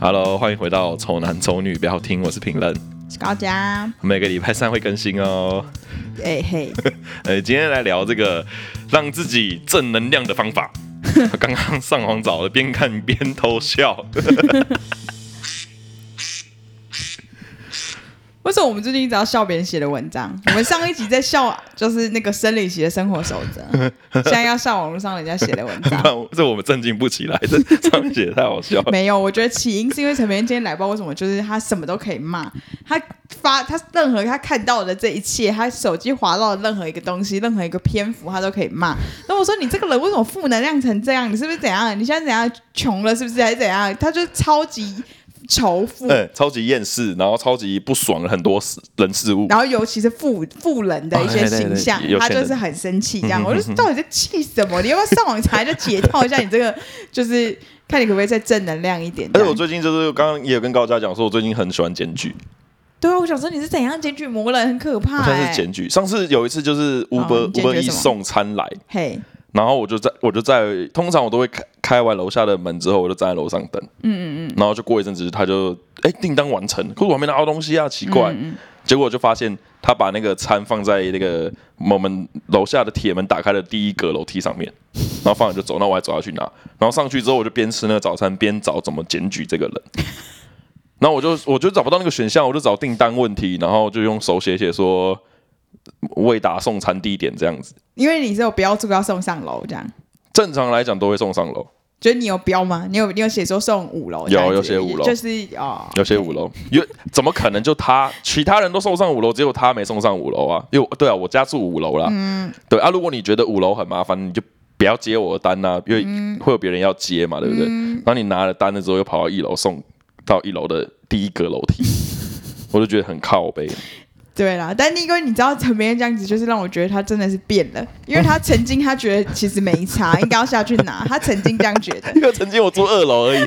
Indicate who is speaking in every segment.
Speaker 1: Hello，欢迎回到《丑男丑女》，不要听，我是评论，
Speaker 2: 是高家，
Speaker 1: 每个礼拜三会更新哦。
Speaker 2: 哎、嘿，
Speaker 1: 呃，今天来聊这个让自己正能量的方 法。刚刚上网找了，边看边偷笑。
Speaker 2: 为什么我们最近一直要笑别人写的文章？ 我们上一集在笑就是那个生理期的生活守则，现在要笑网络上人家写的文
Speaker 1: 不
Speaker 2: 章。
Speaker 1: 然 这我们震惊不起来，这 上面写的太好笑了。
Speaker 2: 没有，我觉得起因是因为陈明今天来，不知道为什么，就是他什么都可以骂，他发他任何他看到的这一切，他手机滑到的任何一个东西，任何一个篇幅，他都可以骂。那我说你这个人为什么负能量成这样？你是不是怎样？你现在怎样穷了？是不是还是怎样？他就超级仇富，
Speaker 1: 嗯，超级厌世，然后超级不爽了很多事人事物。
Speaker 2: 然后尤其是富富人的一些形象，
Speaker 1: 哦对对对有
Speaker 2: 他
Speaker 1: 钱人
Speaker 2: 就是很生气这样。 我就说到底在气什么？你要不要上网查一下解套一下你这个，就是看你可不可以再正能量一点这
Speaker 1: 而且
Speaker 2: 样？
Speaker 1: 我最近就是刚刚也有跟高家讲说，我最近很喜欢检举，
Speaker 2: 对啊，我想说你是怎样检举魔人，很可怕
Speaker 1: 我算
Speaker 2: 哎、
Speaker 1: 是检举。上次有一次就是
Speaker 2: 哦
Speaker 1: Uber
Speaker 2: 你检举
Speaker 1: Uber
Speaker 2: 什
Speaker 1: E
Speaker 2: 么
Speaker 1: 送餐来，
Speaker 2: 嘿，
Speaker 1: 然后我就在我就在通常我都会开开完楼下的门之后，我就站在楼上等，嗯嗯嗯，然后就过一阵子他就哎订单完成，可是我还没拿到东西啊，奇怪，结果我就发现他把那个餐放在那个我们楼下的铁门打开的第一格楼梯上面，然后放了就走，那我还走下去拿，然后上去之后我就边吃那个早餐边找怎么检举这个人。然后我就我就找不到那个选项，我就找订单问题，然后就用手写写说未达送餐地点这样子。
Speaker 2: 因为你是有标注要送上楼这样，
Speaker 1: 正常来讲都会送上楼，
Speaker 2: 就是你有标吗？你有你有写说送五楼这样子？
Speaker 1: 有有写五楼
Speaker 2: 就是哦，
Speaker 1: 有些五楼，有怎么可能就他，其他人都送上五楼，只有他没送上五楼啊？因为我对啊，我家住五楼啦。嗯，对啊，如果你觉得五楼很麻烦，你就不要接我的单呐、因
Speaker 2: 嗯
Speaker 1: 为会有别人要接嘛，对不对？然后你拿了单了之后，又跑到一楼送到一楼的第一格楼梯， 我就觉得很靠背。
Speaker 2: 对啦，但因为你知道陈明这样子，就是让我觉得他真的是变了，因为他曾经他觉得其实没差，应该要下去拿，他曾经这样觉得，
Speaker 1: 因为曾经我住二楼而已，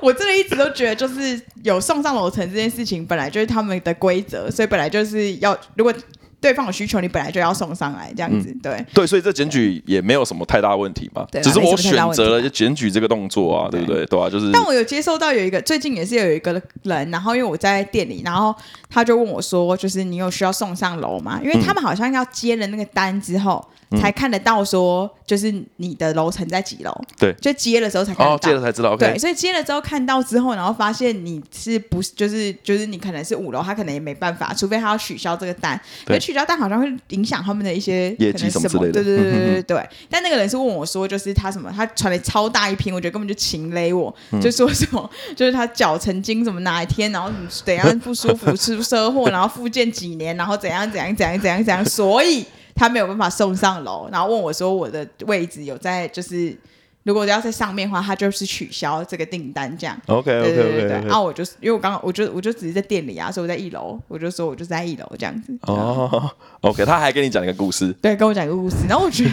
Speaker 2: 我真的一直都觉得，就是有送上楼层这件事情，本来就是他们的规则，所以本来就是要，如果对方有需求，你本来就要送上来这样子。
Speaker 1: 嗯
Speaker 2: 对，
Speaker 1: 对，所以这检举也没有什么太大问题嘛，
Speaker 2: 对啊
Speaker 1: 只是
Speaker 2: 没什
Speaker 1: 我
Speaker 2: 么太大
Speaker 1: 选
Speaker 2: 问题
Speaker 1: 择了就检举这个动作啊，对不对？对啊，就是
Speaker 2: 但我有接收到有一个，最近也是有一个人，然后因为我在店里，然后他就问我说，就是你有需要送上楼吗？因为他们好像要接了那个单之后，
Speaker 1: 嗯
Speaker 2: 才看得到说，就是你的楼层在几楼。
Speaker 1: 对
Speaker 2: 就接的时候才看得
Speaker 1: 哦
Speaker 2: 到，。
Speaker 1: 接了才知道，OK
Speaker 2: 对，。所以接了之后看到之后，然后发现你是不是就是就是你可能是五楼，他可能也没办法，除非他要取消这个单。
Speaker 1: 对
Speaker 2: 可是取消单好像会影响他们的一些
Speaker 1: 业
Speaker 2: 可
Speaker 1: 绩
Speaker 2: 能
Speaker 1: 什
Speaker 2: 什
Speaker 1: 么之类的
Speaker 2: 对对对
Speaker 1: 嗯
Speaker 2: 对对对。但那个人是问我说，就是他什么，他传了超大一篇，我觉得根本就情勒我，
Speaker 1: 嗯
Speaker 2: 就说什么就是他脚曾经怎么哪一天，然后怎么怎样不舒服，出车祸，然后复健几年，然后怎样怎样怎样怎样怎样，所以他没有办法送上楼，然后问我说我的位置有在就是。如果要在上面的话，他就是取消这个订单这样。
Speaker 1: OK
Speaker 2: 对
Speaker 1: OK
Speaker 2: 对
Speaker 1: OK
Speaker 2: 对
Speaker 1: OK
Speaker 2: 对，。啊，我就是因为我刚刚我就我就只是在店里啊，所以我在一楼，我就说我就是在一楼这样子。
Speaker 1: 哦，OK，他还跟你讲一个故事，
Speaker 2: 对，跟我讲一个故事，然后我觉得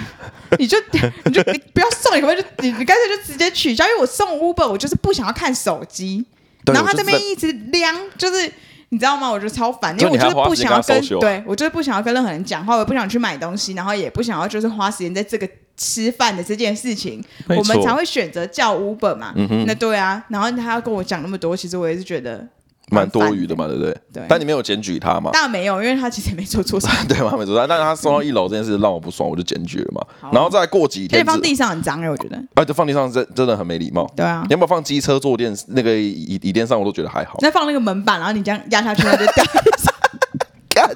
Speaker 2: 你就你就你不要送，你可不可以就你你干脆就直接取消？因为我送 Uber，我就是不想要看手机，
Speaker 1: 对
Speaker 2: 然后
Speaker 1: 我
Speaker 2: 他
Speaker 1: 就
Speaker 2: 这边
Speaker 1: 知
Speaker 2: 一直量，就是你知道吗？我就超烦，因为
Speaker 1: 就
Speaker 2: 我
Speaker 1: 你还
Speaker 2: 就是
Speaker 1: 花
Speaker 2: 不
Speaker 1: 时间
Speaker 2: 想要
Speaker 1: 跟他
Speaker 2: 跟
Speaker 1: 搜寻哦
Speaker 2: 对我就是不想要跟任何人讲话，我也不想去买东西，然后也不想要就是花时间在这个吃饭的这件事情，
Speaker 1: 没
Speaker 2: 我们
Speaker 1: 错嗯
Speaker 2: 才会选择叫 Uber 嘛。那对啊，然后他要跟我讲那么多，其实我也是觉得
Speaker 1: 蛮多
Speaker 2: 烦
Speaker 1: 余的嘛，对不对？
Speaker 2: 对
Speaker 1: 但你没有检举他嘛？
Speaker 2: 但没有，因为他其实也没 做错什么，
Speaker 1: 对嘛，没错。但但是他送到一楼这件事让我不爽，我就检举了嘛。
Speaker 2: 好
Speaker 1: 然后再过几
Speaker 2: 而且
Speaker 1: 天之，
Speaker 2: 放地上很脏哎，我觉得。
Speaker 1: 啊，就放地上真真的很没礼貌。
Speaker 2: 对啊
Speaker 1: 你，要不要放机车坐垫那个椅椅垫上，我都觉得还好。
Speaker 2: 那放那个门板，然后你这样压下去， 它就掉。
Speaker 1: 干，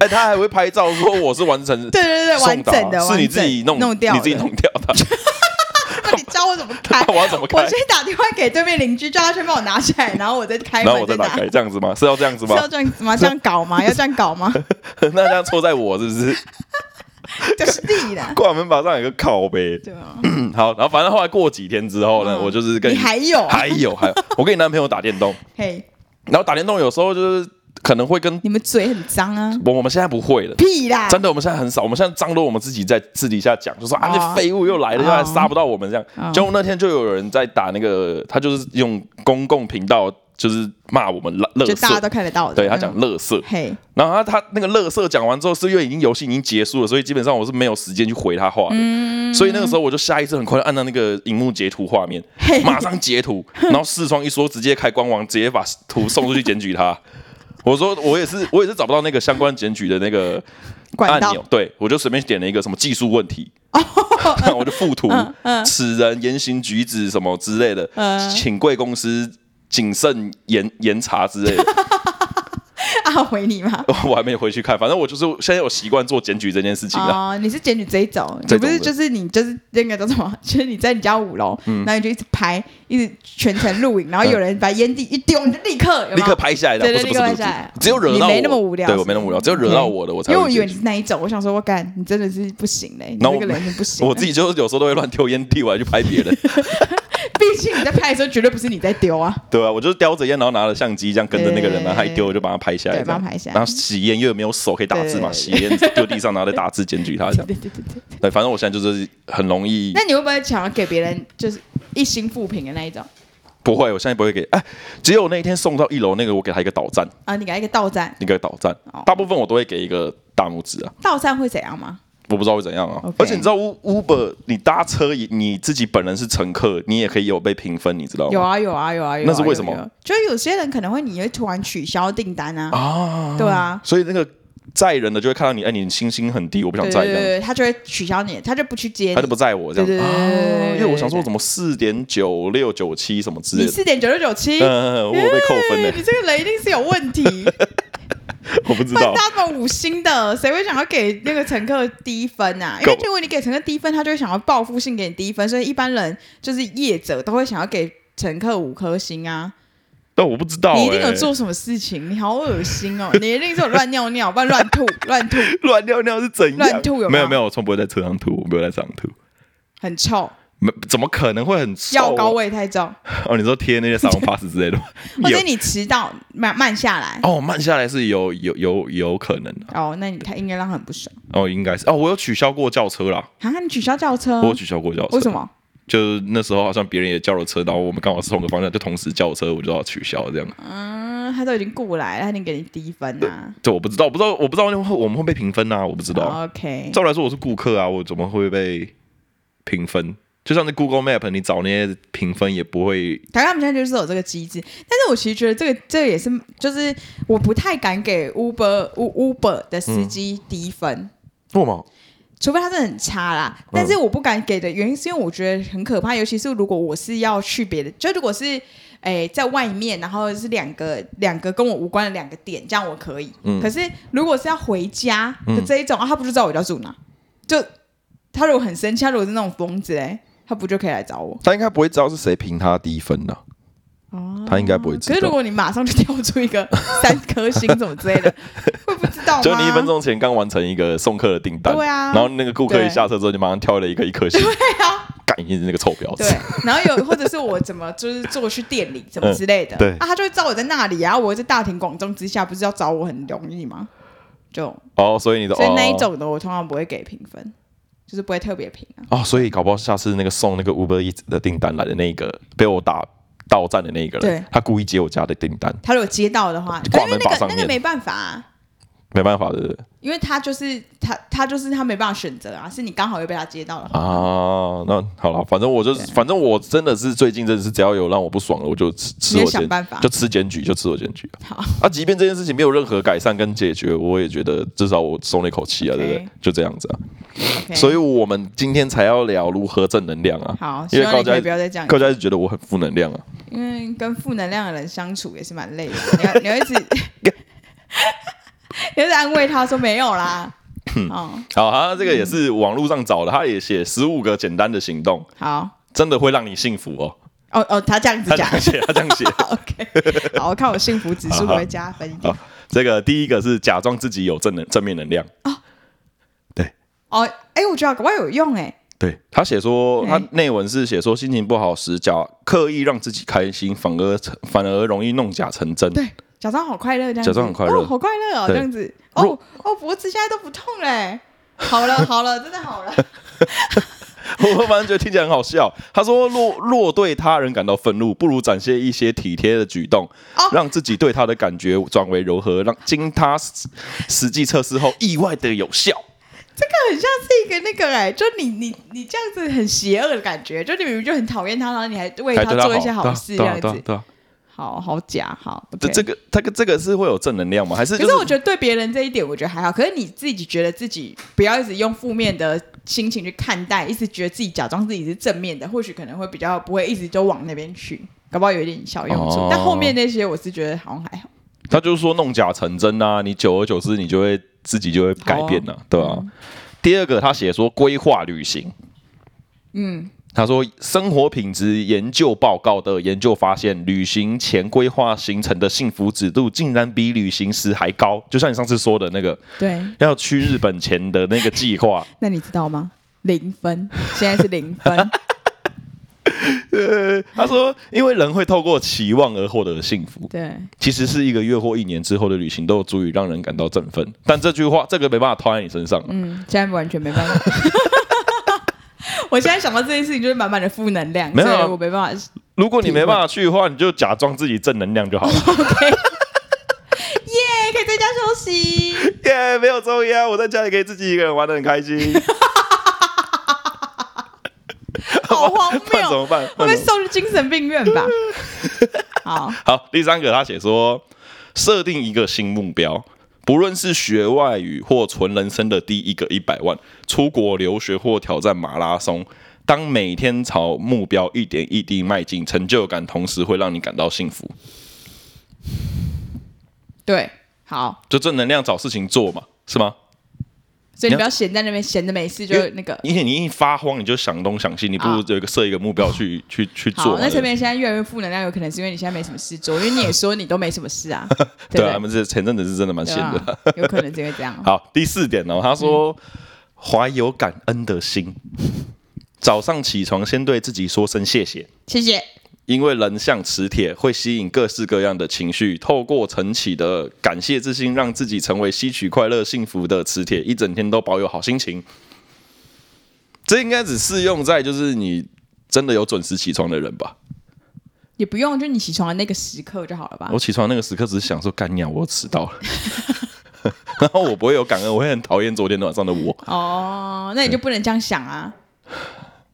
Speaker 1: 哎，他还会拍照说我是完 成
Speaker 2: 对对对，
Speaker 1: 送
Speaker 2: 完
Speaker 1: 达，
Speaker 2: 整的，
Speaker 1: 是你自己
Speaker 2: 完整弄掉的，
Speaker 1: 你自己弄掉 的。？
Speaker 2: 那你教我怎么开
Speaker 1: 我要怎么开
Speaker 2: 我先打电话给对面邻居，叫他先帮我拿起来，然后我再开门。
Speaker 1: 然 后我再打开，这样子吗？是要这样子
Speaker 2: 是
Speaker 1: 吗
Speaker 2: 要？这样子吗？这样搞吗？要这样搞吗？
Speaker 1: 那这样错在我是不 是？
Speaker 2: 就是你 的，
Speaker 1: 挂门把上有个靠呗。
Speaker 2: 对啊。
Speaker 1: 嗯，好。然后反正后来过几天之后呢，
Speaker 2: 嗯
Speaker 1: 我就是跟
Speaker 2: 你还有，
Speaker 1: 还有还有，我跟你男朋友打电动，
Speaker 2: 嘿，
Speaker 1: 然后打电动有时候就是可能会跟
Speaker 2: 你们嘴很脏啊！
Speaker 1: 我我们现在不会了。
Speaker 2: 屁啦，
Speaker 1: 真的，我们现在很少，我们现在仗着我们自己在私底下讲，就说啊，
Speaker 2: 哦
Speaker 1: 那废物又来了，
Speaker 2: 哦
Speaker 1: 又来杀不到我们这样。
Speaker 2: 哦
Speaker 1: 就那天就有人在打那个，他就是用公共频道就是骂我们垃
Speaker 2: 就
Speaker 1: 垃
Speaker 2: 大家
Speaker 1: 圾，
Speaker 2: 都看得到的。
Speaker 1: 对他讲
Speaker 2: 嗯
Speaker 1: 垃圾，
Speaker 2: 嘿，
Speaker 1: 然后他他那个乐色讲完之后，是因为已经游戏已经结束了，所以基本上我是没有时间去回他话的。所以那个时候我就下意识很快地按到那个荧幕截图画面，马上截图，然后视窗一说，直接开官网，直接把图送出去检举他。我说我也是，我也是找不到那个相关检举的那个按
Speaker 2: 管道
Speaker 1: 钮，对我就随便点了一个什么技术问题， 我就附图，此人言行举止什么之类的，请贵公司谨慎严严查之类的。
Speaker 2: 啊回你 吗？
Speaker 1: 我还没回去看，反正我就是现在有习惯做检举这件事情啊了。
Speaker 2: 哦，你是检举这一种，
Speaker 1: 这种
Speaker 2: 你不
Speaker 1: 的
Speaker 2: 是就是你就是那个叫什么？ 就是你在你家五楼，
Speaker 1: 嗯
Speaker 2: 然后你就一直拍，一直全程录影，然后有人把烟蒂一丢，你就立刻 有没有
Speaker 1: 立刻拍下来的，
Speaker 2: 对
Speaker 1: 不
Speaker 2: 对
Speaker 1: 是不是
Speaker 2: 立刻
Speaker 1: 不
Speaker 2: 拍
Speaker 1: 是
Speaker 2: 下来，
Speaker 1: 只有惹
Speaker 2: 你
Speaker 1: 到我，
Speaker 2: 没那么无聊
Speaker 1: 对
Speaker 2: 是
Speaker 1: 我
Speaker 2: 不
Speaker 1: 没那么无聊，只有惹到我的我才
Speaker 2: 因为
Speaker 1: 会
Speaker 2: 我以为
Speaker 1: 检
Speaker 2: 你
Speaker 1: 举。
Speaker 2: 是那一种，我想说我干，你真的是不行嘞，你
Speaker 1: 然后
Speaker 2: 这个人是不行。
Speaker 1: 我自己就是有时候都会乱丢烟蒂，我还去拍别 人，
Speaker 2: 毕竟你在拍的时候，绝对不是你在丢啊。
Speaker 1: 对啊，我就是叼着烟，然后拿着相机这样跟着那个人，然后他一丢我就把他拍下来，
Speaker 2: 对
Speaker 1: 这样
Speaker 2: 把他拍下来
Speaker 1: 然后洗烟又没有手可以打字嘛，洗
Speaker 2: 对
Speaker 1: 烟丢地上，然后再打字检举他这
Speaker 2: 对
Speaker 1: 样。
Speaker 2: 对对对 对。
Speaker 1: 对，反正我现在就是很容易
Speaker 2: 那你会不会想要给别人就是一星负评的那一种
Speaker 1: 不会，我现在不会给。哎，只有那一天送到一楼那个，我给他一个导赞，
Speaker 2: 啊？你给他一个到站，
Speaker 1: 一个导赞
Speaker 2: 哦。
Speaker 1: 大部分我都会给一个大拇指啊。
Speaker 2: 到站会怎样吗？
Speaker 1: 我不知道会怎样啊。
Speaker 2: OK
Speaker 1: 而且你知道 U- Uber，你搭车也你自己本人是乘客，你也可以有被评分，你知道吗？
Speaker 2: 有啊有啊有啊有啊。
Speaker 1: 那是为什
Speaker 2: 有啊
Speaker 1: 么？
Speaker 2: 有啊就有些人可能会你会突然取消订单啊，
Speaker 1: 啊
Speaker 2: 对啊。
Speaker 1: 所以那个载人的就会看到你，哎，你星星很低，我不想
Speaker 2: 对
Speaker 1: 载这
Speaker 2: 对
Speaker 1: 样，
Speaker 2: 对，他就会取消你，他就不去接
Speaker 1: 他就
Speaker 2: 你。
Speaker 1: 不载我这
Speaker 2: 对
Speaker 1: 样。啊
Speaker 2: 对对对对
Speaker 1: 因
Speaker 2: 对，
Speaker 1: 为我想说，
Speaker 2: 对
Speaker 1: 怎么四点九六九七什么之类
Speaker 2: 你
Speaker 1: 的，
Speaker 2: 四点九六九七，
Speaker 1: 嗯，我有被扣分
Speaker 2: 哎
Speaker 1: 呢，
Speaker 2: 你这个人一定是有问题。
Speaker 1: 我不知
Speaker 2: 不然
Speaker 1: 道。
Speaker 2: 大家都五星的，谁会想要给那个乘客低分啊？因为如果你给乘客低分，他就会想要报复性给你低分，所以一般人就是业者都会想要给乘客五颗星啊。
Speaker 1: 但我不知道，
Speaker 2: 你一定有
Speaker 1: 哎
Speaker 2: 做什么事情，你好恶心 哦！你一定是有乱尿尿，不然乱吐，乱吐
Speaker 1: 乱尿尿是怎样？
Speaker 2: 乱吐有
Speaker 1: 没
Speaker 2: 没有
Speaker 1: 有没有，我从不会在车上吐，我没有在车上吐，
Speaker 2: 很臭，
Speaker 1: 没怎么可能会很臭
Speaker 2: 药膏味 太重，
Speaker 1: 哦？你说贴那些沙龙 pass 之类 的吗？
Speaker 2: 或
Speaker 1: 有
Speaker 2: 者你迟到慢慢下来。
Speaker 1: 哦，慢下来是有有有有可能的。啊
Speaker 2: 哦，那你看应该让他很不爽
Speaker 1: 哦，应该是哦，我有取消过轿车啦，
Speaker 2: 啊！你取消轿车
Speaker 1: 我，有取消过轿车。
Speaker 2: 为什？么？
Speaker 1: 就是那时候好像别人也叫了车，然后我们刚好是同个方向，就同时叫车，我就要取消这样。
Speaker 2: 嗯，他都已经过来了，他已经给你低分啊。
Speaker 1: 就我不知道，我不知道，我不知道我们会被评分啊，我不知道。
Speaker 2: 哦 OK，
Speaker 1: 照理来说，我是顾客啊，我怎么会被评分？就像那 Google Map，你找那些评分也不会。
Speaker 2: 台湾他们现在就是有这个机制，但是我其实觉得这个这个也是，就是我不太敢给 Uber U Uber 的司机低分，
Speaker 1: 为吗？
Speaker 2: 除非他是很差啦。但是我不敢给的原因是因为我觉得很可怕，尤其是如果我是要去别的，就如果是诶、在外面，然后是两个两个跟我无关的两个点，这样我可以。
Speaker 1: 嗯
Speaker 2: 可是如果是要回家的这一种、啊，他不就知道我家住哪？就他如果很生气，他如果是那种疯子嘞，他不就可以来找我？
Speaker 1: 他应该不会知道是谁评他低分的、
Speaker 2: 哦
Speaker 1: 他应该不会知道
Speaker 2: 可是如果你马上就跳出一个三颗星什么 之类的，会不知道吗？
Speaker 1: 就你一分钟前刚完成一个送客的订单，
Speaker 2: 对啊
Speaker 1: 然后那个顾客一
Speaker 2: 对
Speaker 1: 下车之后，就马上挑了一个一 颗星，对 啊，干，你是那个臭婊
Speaker 2: 对
Speaker 1: 子。，
Speaker 2: 然后有或者是我怎么就是坐去店里什么之类的，
Speaker 1: 嗯对
Speaker 2: 啊，他就会知道我在那里啊，我在大庭广众之下，不是要找我很容易吗？就
Speaker 1: 哦，所以你的
Speaker 2: 所以那
Speaker 1: 哦
Speaker 2: 一种的我通常不会给评分，就是不会特别评啊。
Speaker 1: 哦，所以搞不好下次那个送那个 Uber Eats 的订单来的那个被我打到站的那个人
Speaker 2: 对，
Speaker 1: 他故意接我家的订单，
Speaker 2: 他如果接到的话，可
Speaker 1: 挂
Speaker 2: 是因为
Speaker 1: 门把
Speaker 2: 那
Speaker 1: 上
Speaker 2: 个那
Speaker 1: 面
Speaker 2: 个没办法、啊。
Speaker 1: 没办法的
Speaker 2: 因为他就是他，他就是他没办法选择啊，是你刚好又被他接到了。
Speaker 1: 啊。那好了，反正我就反正我真的是最近真的是只要有让我不爽了，我就吃吃
Speaker 2: 你
Speaker 1: 我
Speaker 2: 也
Speaker 1: 检
Speaker 2: 想办法
Speaker 1: 就吃检举，就吃我检举。
Speaker 2: 好，
Speaker 1: 啊，即便这件事情没有任何改善跟解决，我也觉得至少我松了一口气啊，对不对
Speaker 2: OK？
Speaker 1: 就这样子啊。
Speaker 2: OK
Speaker 1: 所以我们今天才要聊如何正能量啊。
Speaker 2: 好，
Speaker 1: 因
Speaker 2: 希
Speaker 1: 为
Speaker 2: 望
Speaker 1: 高
Speaker 2: 你可
Speaker 1: 嘉
Speaker 2: 以不要再这样。
Speaker 1: 高嘉是觉得我很负能量啊。
Speaker 2: 因为跟负能量的人相处也是蛮累的，你要你要一 直，你要一直安慰他说没有啦。
Speaker 1: 嗯
Speaker 2: 哦，
Speaker 1: 好，他这个也是网络上找的，他也写十五个简单的行动，
Speaker 2: 好，
Speaker 1: 真的会让你幸福 哦。
Speaker 2: 哦哦，他这样子
Speaker 1: 他这
Speaker 2: 讲
Speaker 1: 样写，他这样写。
Speaker 2: ，OK，好，我看我幸福指数会不会加分一点
Speaker 1: 好。，这个第一个是假装自己有正能正面能量。
Speaker 2: 哦，哎，我觉得搞不好有用哎，
Speaker 1: 对他写说，
Speaker 2: 哎
Speaker 1: 他内文是写说心情不好时，假刻意让自己开心，反而成反而容易弄假成真。
Speaker 2: 对，假装好快乐这样子，
Speaker 1: 假装很快乐
Speaker 2: 哦好快乐哦，这
Speaker 1: 对
Speaker 2: 样子，
Speaker 1: 若
Speaker 2: 哦哦，脖子现在都不痛嘞，好了好了，真的好了，
Speaker 1: 我反正觉得听起来很好笑。他说若若对他人感到愤怒，不如展现一些体贴的举动，
Speaker 2: 哦
Speaker 1: 让自己对他的感觉转为柔和，让经他实实际测试后意外的有效。
Speaker 2: 很像是一个那个哎、就你你你这样子很邪恶的感觉，就你明明就很讨厌他，然后你还为
Speaker 1: 还
Speaker 2: 他
Speaker 1: 对他
Speaker 2: 做一些
Speaker 1: 好
Speaker 2: 事，这
Speaker 1: 对
Speaker 2: 样
Speaker 1: 啊对啊对啊
Speaker 2: 子，
Speaker 1: 对啊。
Speaker 2: 好好假，好。
Speaker 1: 这
Speaker 2: OK
Speaker 1: 这个他这个是会有正能量吗？还是就
Speaker 2: 可是我觉得对别人这一点，我觉得还好。可是你自己觉得自己不要一直用负面的心情去看待，一直觉得自己假装自己是正面的，或许可能会比较不会一直都往那边去，搞不好有一点小用处。
Speaker 1: 哦
Speaker 2: 但后面那些我是觉得好像还好。
Speaker 1: 他就是说弄假成真啊，你久而久之你就会自己就会改变了、啊对吧、第二个他写说规划旅行，嗯，他说生活品质研究报告的研究发现，旅行前规划行程的幸福指数竟然比旅行时还高，就像你上次说的那个
Speaker 2: 对，
Speaker 1: 要去日本前的那个计划，
Speaker 2: 那你知道吗？零分，现在是零分。
Speaker 1: 呃，他说因为人会透过期望而获得幸福，
Speaker 2: 对，
Speaker 1: 其实是一个月或一年之后的旅行都足以让人感到振奋，但这句话这个没办法套在你身上、啊。
Speaker 2: 嗯，现在完全没办法。我现在想到这件事情就是满满的负能量，
Speaker 1: 没有啊
Speaker 2: 所以我没办法。
Speaker 1: 如果你没办法去的话，你就假装自己正能量就好了。
Speaker 2: 哎、可以在家休 息。
Speaker 1: 耶没有周一啊，我在家里可以自己一个人玩的很开 心。
Speaker 2: 好荒 谬
Speaker 1: 那怎么办？嗯
Speaker 2: 会
Speaker 1: 换
Speaker 2: 被
Speaker 1: 怎么
Speaker 2: 送去精神病院 吧？好，
Speaker 1: 好，第三个他写说，设定一个新目标，不论是学外语或存人生的第一个一百万，出国留学或挑战马拉松。当每天朝目标一点一滴迈进，成就感同时会让你感到幸福。
Speaker 2: 对，好，
Speaker 1: 就正能量找事情做嘛，是吗？
Speaker 2: 所以
Speaker 1: 你要
Speaker 2: 你不要闲在那边闲着没事
Speaker 1: 因
Speaker 2: 就
Speaker 1: 为
Speaker 2: 那个。
Speaker 1: 因为你一发慌你就想东想西，你不如
Speaker 2: 啊
Speaker 1: 有一个设一个目标去、去去做
Speaker 2: 好，
Speaker 1: 嘛。
Speaker 2: 那
Speaker 1: 对不
Speaker 2: 陈
Speaker 1: 对
Speaker 2: 明现在越来越负能量，有可能是因为你现在没什么 事啊做，因为你也说你都没什么事啊，对
Speaker 1: 对啊，他
Speaker 2: 不
Speaker 1: 们这前阵子是真的蛮
Speaker 2: 对？
Speaker 1: 闲
Speaker 2: 对
Speaker 1: 的。
Speaker 2: 啊，嗯有可能是因为这样。
Speaker 1: 好，第四点哦，他说怀有感恩的心，早上起床先对自己说声谢谢。
Speaker 2: 谢谢。
Speaker 1: 因为人像磁铁，会吸引各式各样的情绪。透过晨起的感谢之心，让自己成为吸取快乐、幸福的磁铁，一整天都保有好心情。这应该只适用在就是你真的有准时起床的人吧？
Speaker 2: 也不用，就你起床的那个时刻就好了吧
Speaker 1: 我？起床那个时刻，只是想说干鸟，我又迟到了。 然后我不会有感恩，我会很讨厌昨天晚上的我。
Speaker 2: 哦，那你就不能这样想啊！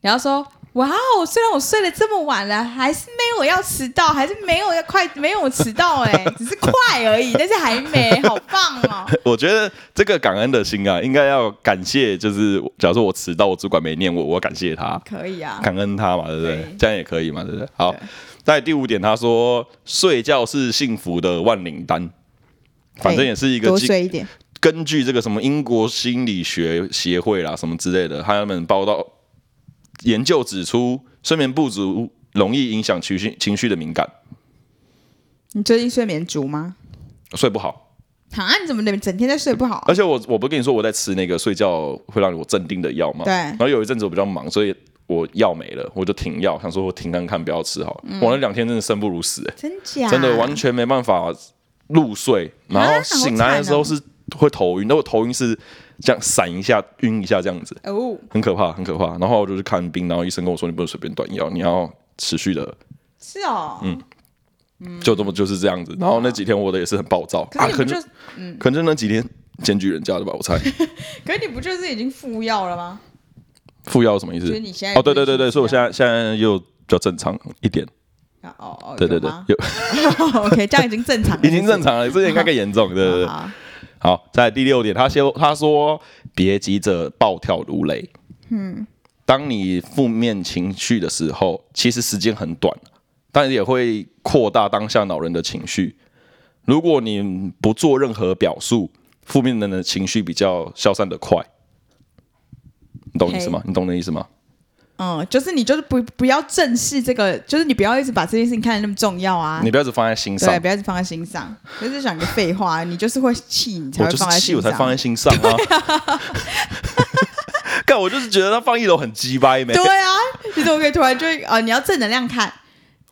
Speaker 2: 你要说，哇哦，虽然我睡得这么晚了，还是没有要迟到，还是没有要快，没有迟到、欸，哎，只是快而已，但是还没，好棒哦！
Speaker 1: 我觉得这个感恩的心啊，应该要感谢，就是假如说我迟到，我主管没念我，我要感谢他。
Speaker 2: 可以啊，
Speaker 1: 感恩他嘛，对不对？
Speaker 2: 对
Speaker 1: 这样也可以嘛，对不对？好
Speaker 2: 对，
Speaker 1: 在第五点，他说睡觉是幸福的万灵丹，反正也是一个
Speaker 2: 多
Speaker 1: 基
Speaker 2: 睡一点。
Speaker 1: 根据这个什么英国心理学协会啦什么之类的，他们报道研究指出，睡眠不足容易影响情绪情绪的敏感，
Speaker 2: 你最近睡眠足吗？
Speaker 1: 睡不好。
Speaker 2: 躺啊，你怎么整天在睡不好啊、
Speaker 1: 而且我我不是跟你说我在吃那个睡觉会让我镇定的药吗？
Speaker 2: 对
Speaker 1: 然后有一阵子我比较忙，所以我药没了，我就停药，想说我停看看，不要吃好了。我那两天真的生不如死、欸
Speaker 2: 真假？
Speaker 1: 真的完全没办法入睡，然后醒来的时候是会头晕，但我头晕是这样闪一下、晕一下这样子，
Speaker 2: 哦，
Speaker 1: 很可怕，很可怕。然后我就去看病，然后医生跟我说你不能随便断药，你要持续的，
Speaker 2: 是哦，
Speaker 1: 嗯就这么就是这样子。然后那几天我的也是很暴躁
Speaker 2: 嗯
Speaker 1: 啊可
Speaker 2: 可是你不
Speaker 1: 能
Speaker 2: 就、
Speaker 1: 就可能就那几天检举人家的吧，我猜。
Speaker 2: 可是你不就是已经服药了吗？
Speaker 1: 服药什么意
Speaker 2: 就
Speaker 1: 思
Speaker 2: 是？你现在
Speaker 1: 哦，对对对对，所以我现
Speaker 2: 在
Speaker 1: 在现在又比较正常一点，
Speaker 2: 哦哦，
Speaker 1: 对对对， 有
Speaker 2: ，OK，这样已经正常了，
Speaker 1: 已经正常了，之前应该更严重，对对对。
Speaker 2: 啊好好
Speaker 1: 好，在第六点，他说他说别急着暴跳如雷。嗯，当你负面情绪的时候，其实时间很短，但也会扩大当下恼人的情绪。如果你不做任何表述，负面的情绪比较消散的快。你懂我意思吗？你懂我的意思吗？
Speaker 2: 嗯，就是你就是不不要正视这个，就是你不要一直把这件事情看得那么重要啊
Speaker 1: 你，不要只放在心上
Speaker 2: 对，，不要一直放在心上，就是讲个废话，你就是会气，你才
Speaker 1: 我
Speaker 2: 会
Speaker 1: 就是
Speaker 2: 放在
Speaker 1: 气，我才
Speaker 2: 心上。
Speaker 1: 放在心上啊。 干，我就是觉得他放一楼很鸡掰没？
Speaker 2: 对啊，你怎么可以突然就啊、你要正能量看，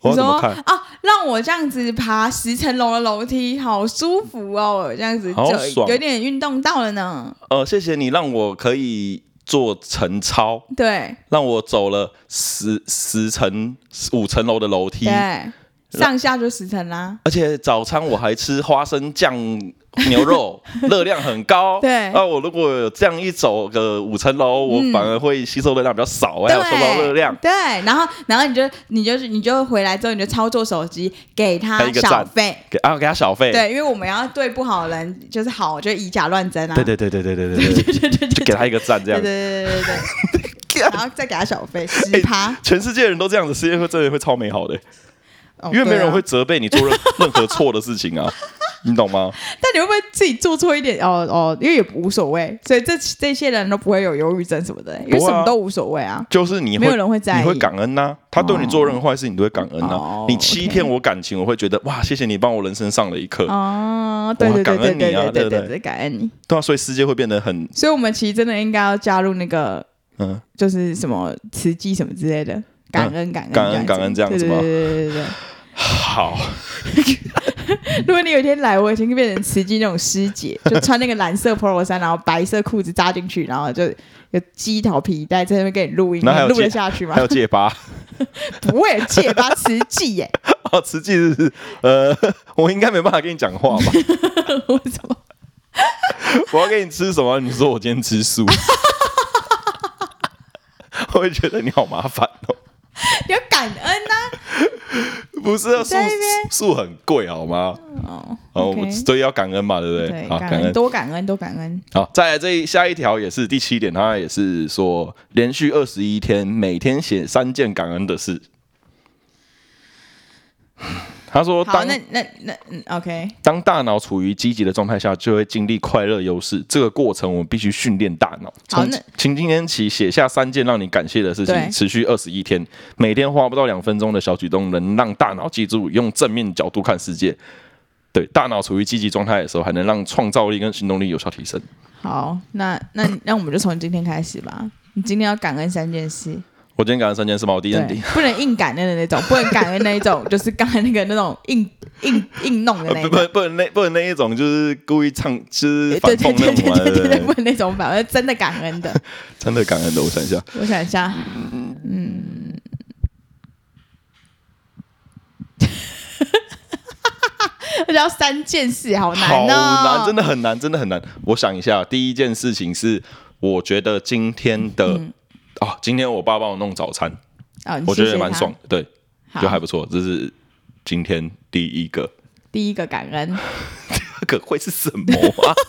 Speaker 1: 我要
Speaker 2: 你
Speaker 1: 怎么
Speaker 2: 说
Speaker 1: 看？
Speaker 2: 啊，让我这样子爬十层楼的楼梯，好舒服哦，这样子
Speaker 1: 好
Speaker 2: 就
Speaker 1: 爽
Speaker 2: 有点运动到了呢。
Speaker 1: 呃，谢谢你让我可以做晨操，
Speaker 2: 对
Speaker 1: 让我走了十十层五层楼的楼梯，
Speaker 2: 对，上下就十层啦。
Speaker 1: 而且早餐我还吃花生酱牛肉，热量很高。
Speaker 2: 对
Speaker 1: 那我如果有这样一走个五层楼，我
Speaker 2: 嗯
Speaker 1: 反而会吸收热量比较少，还
Speaker 2: 对
Speaker 1: 有收到热量。
Speaker 2: 对，然后然后你就你就你就回来之后你就操作手机给
Speaker 1: 还有
Speaker 2: 他
Speaker 1: 一个
Speaker 2: 小
Speaker 1: 赞
Speaker 2: 费，
Speaker 1: 给啊，给他小费。
Speaker 2: 对，因为我们要对不好的人就是好，就以假乱真啊，
Speaker 1: 对对对对对对对对，
Speaker 2: 对对对
Speaker 1: 就给他一个赞这
Speaker 2: 对对
Speaker 1: 样。
Speaker 2: 对对对 对，然后再给他小费
Speaker 1: 哎
Speaker 2: 十趴，
Speaker 1: 全世界人都这样子，世界会真的会超美好的，
Speaker 2: 哦
Speaker 1: 因为没有人。会
Speaker 2: 对啊
Speaker 1: 责备你做任 任何错的事情啊，你懂吗？
Speaker 2: 但你会不会自己做错一点？哦哦，因为也无所谓，所以这这些人都不会有忧郁症什么的，因为
Speaker 1: 不
Speaker 2: 什
Speaker 1: 会啊
Speaker 2: 么都无所谓啊。
Speaker 1: 就是你
Speaker 2: 没
Speaker 1: 会
Speaker 2: 有人会在意
Speaker 1: 你会感恩呐、啊他对你做任何坏事，你都会感恩呐、
Speaker 2: 哦
Speaker 1: 你欺骗我感情，我会觉得哇，谢谢你帮我人生上了一课，
Speaker 2: 哦，对对对对对
Speaker 1: 感恩你啊
Speaker 2: 对对
Speaker 1: 对
Speaker 2: 对
Speaker 1: 不
Speaker 2: 对，感恩你。
Speaker 1: 对啊，所以世界会变得很
Speaker 2: 所以我们其实真的应该要加入那个
Speaker 1: 嗯，
Speaker 2: 就是什么慈济什么之类的，感恩感恩
Speaker 1: 感恩感恩这样子
Speaker 2: 对
Speaker 1: 吗
Speaker 2: 对对对对对
Speaker 1: 好，
Speaker 2: 对。如果你有一天来，我已经变成慈济那种师姐，就穿那个蓝色 polo 衫，然后白色裤子扎进去，然后就有鸡头皮带在那边给你录音，
Speaker 1: 然后还有
Speaker 2: 你录得
Speaker 1: 戒
Speaker 2: 下去吗
Speaker 1: 还？有戒疤，
Speaker 2: 不会戒吧？慈济耶，
Speaker 1: 哦，慈济是不是呃， 我应该没办法跟你讲话 吧？
Speaker 2: 我怎么？
Speaker 1: 我要给你吃什么？你说我今天吃素， 我会觉得你好麻烦哦。
Speaker 2: 你要感恩啊呐、
Speaker 1: 不是啊，素
Speaker 2: 在那边
Speaker 1: 素很贵好吗？
Speaker 2: 哦
Speaker 1: 哦，我
Speaker 2: OK
Speaker 1: 们所以要感恩嘛，对不对？
Speaker 2: 对，
Speaker 1: 好，
Speaker 2: 感恩多感恩多感恩。
Speaker 1: 好，再来这一下一条也是第七点，它也是说连续二十一天，每天写三件感恩的事。 他说
Speaker 2: 好，
Speaker 1: 当
Speaker 2: 那那那嗯，OK，
Speaker 1: 当大脑处于积极的状态下，就会经历快乐优势。这个过程我们必须训练大脑。
Speaker 2: 好
Speaker 1: 从
Speaker 2: 那
Speaker 1: 从今天起写下三件让你感谢的事
Speaker 2: 对
Speaker 1: 情，持续二十一天，每天花不到两分钟的小举动，能让大脑记住用正面角度看世界。对，大脑处于积极状态的时候，还能让创造力跟行动力有效提升。
Speaker 2: 好，那那那我们就从今天开始吧。你今天要感恩三件事，
Speaker 1: 我今天感恩三件事嘛，我第一件
Speaker 2: 对，不能硬感恩的那种，不能感恩那 一种，就是刚才那个那种硬硬硬弄的
Speaker 1: 呃不
Speaker 2: 那一种。
Speaker 1: 不不能那不能那一种就是故意唱就是
Speaker 2: 对
Speaker 1: 反
Speaker 2: 对
Speaker 1: 讽那
Speaker 2: 对对
Speaker 1: 种嘛，对
Speaker 2: 对对
Speaker 1: 不
Speaker 2: 对，
Speaker 1: 对？
Speaker 2: 不能那种反而真的感恩的。
Speaker 1: 真的感恩的，我想一下，
Speaker 2: 我想一下，嗯， 我要三件事，好
Speaker 1: 好
Speaker 2: 难哦，
Speaker 1: 难，真的很难，真的很难。我想一下，第一件事情是，我觉得今天的
Speaker 2: 嗯
Speaker 1: 哦，今天我爸帮我弄早餐，
Speaker 2: 哦，你
Speaker 1: 我觉
Speaker 2: 谢
Speaker 1: 得
Speaker 2: 谢
Speaker 1: 蛮
Speaker 2: 他
Speaker 1: 爽。的，对，
Speaker 2: 好
Speaker 1: 就还不错。这是今天第一个，
Speaker 2: 第一个感恩，
Speaker 1: 这个会是什么 啊？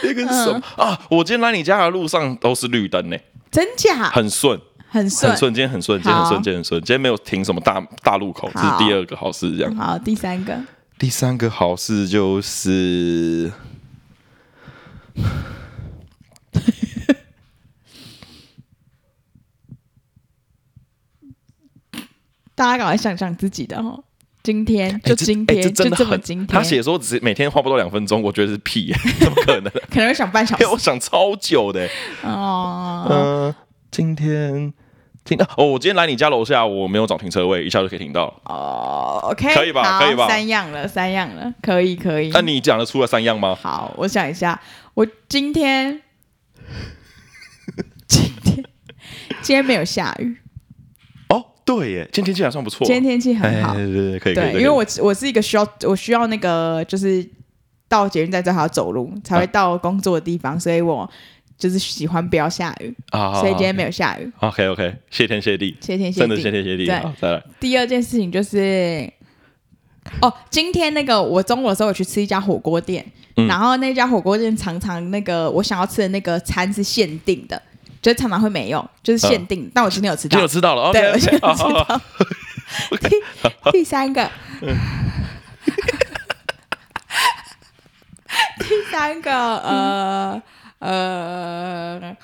Speaker 1: 这个是什么
Speaker 2: 嗯
Speaker 1: 啊？我今天来你家的路上都是绿灯呢，
Speaker 2: 真假
Speaker 1: 很顺。
Speaker 2: 很
Speaker 1: 很顺，今天很顺，今天很顺，今
Speaker 2: 好
Speaker 1: 天很顺，今天没有停什么大大路口，这是
Speaker 2: 好
Speaker 1: 第二个好事。这样，
Speaker 2: 好，第三个，
Speaker 1: 第三个好事就是，
Speaker 2: 大家赶快想想自己的哦。今天
Speaker 1: 哎
Speaker 2: 就
Speaker 1: 这
Speaker 2: 今
Speaker 1: 哎
Speaker 2: 天，
Speaker 1: 这真
Speaker 2: 就
Speaker 1: 的
Speaker 2: 这么
Speaker 1: 很
Speaker 2: 今天，
Speaker 1: 他写说只每天花不到两分钟，我觉得是 屁，怎么可能？
Speaker 2: 可能会想半小
Speaker 1: 因
Speaker 2: 时
Speaker 1: 为哎我想超久的。欸
Speaker 2: 哦。
Speaker 1: 嗯，今天今哦，我今天来你家楼下，我没有找停车位，一下就可以停到了。
Speaker 2: 哦，OK，
Speaker 1: 可以吧
Speaker 2: 好
Speaker 1: 可以吧啊
Speaker 2: 三样了，三样了，可以可以。
Speaker 1: 那你讲得出来三样吗？
Speaker 2: 好，我想一下，我今天 今天今天没有下雨，
Speaker 1: 哦，对耶，今天天气还算不错。
Speaker 2: 今天天气很
Speaker 1: 哎，
Speaker 2: 好。
Speaker 1: 对对对，可以可以
Speaker 2: 对，
Speaker 1: 可以。
Speaker 2: 因为我我是一个需要我需要那个就是到捷运站之后还要走路
Speaker 1: 啊
Speaker 2: 才会到工作的地方，所以我就是喜欢不要下雨，
Speaker 1: 啊，
Speaker 2: 所以今天没有下雨，
Speaker 1: OK OK，谢天谢地，
Speaker 2: 谢天谢
Speaker 1: 真的谢
Speaker 2: 地。
Speaker 1: 天谢地。
Speaker 2: 对
Speaker 1: 好，再来。
Speaker 2: 第二件事情就是。哦，今天那个我中午的时候有去吃一家火锅店，
Speaker 1: 嗯
Speaker 2: 然后那家火锅店常常那个我想要吃的那个餐是限定的，就是常常会没有，就是限定。但我今天有吃
Speaker 1: 就哦
Speaker 2: 到
Speaker 1: 有，哦吃到了，
Speaker 2: 对，我
Speaker 1: OK，OK，
Speaker 2: 今天有
Speaker 1: 好
Speaker 2: 吃
Speaker 1: 好好
Speaker 2: 到。第第三个， 第三个，呃呃，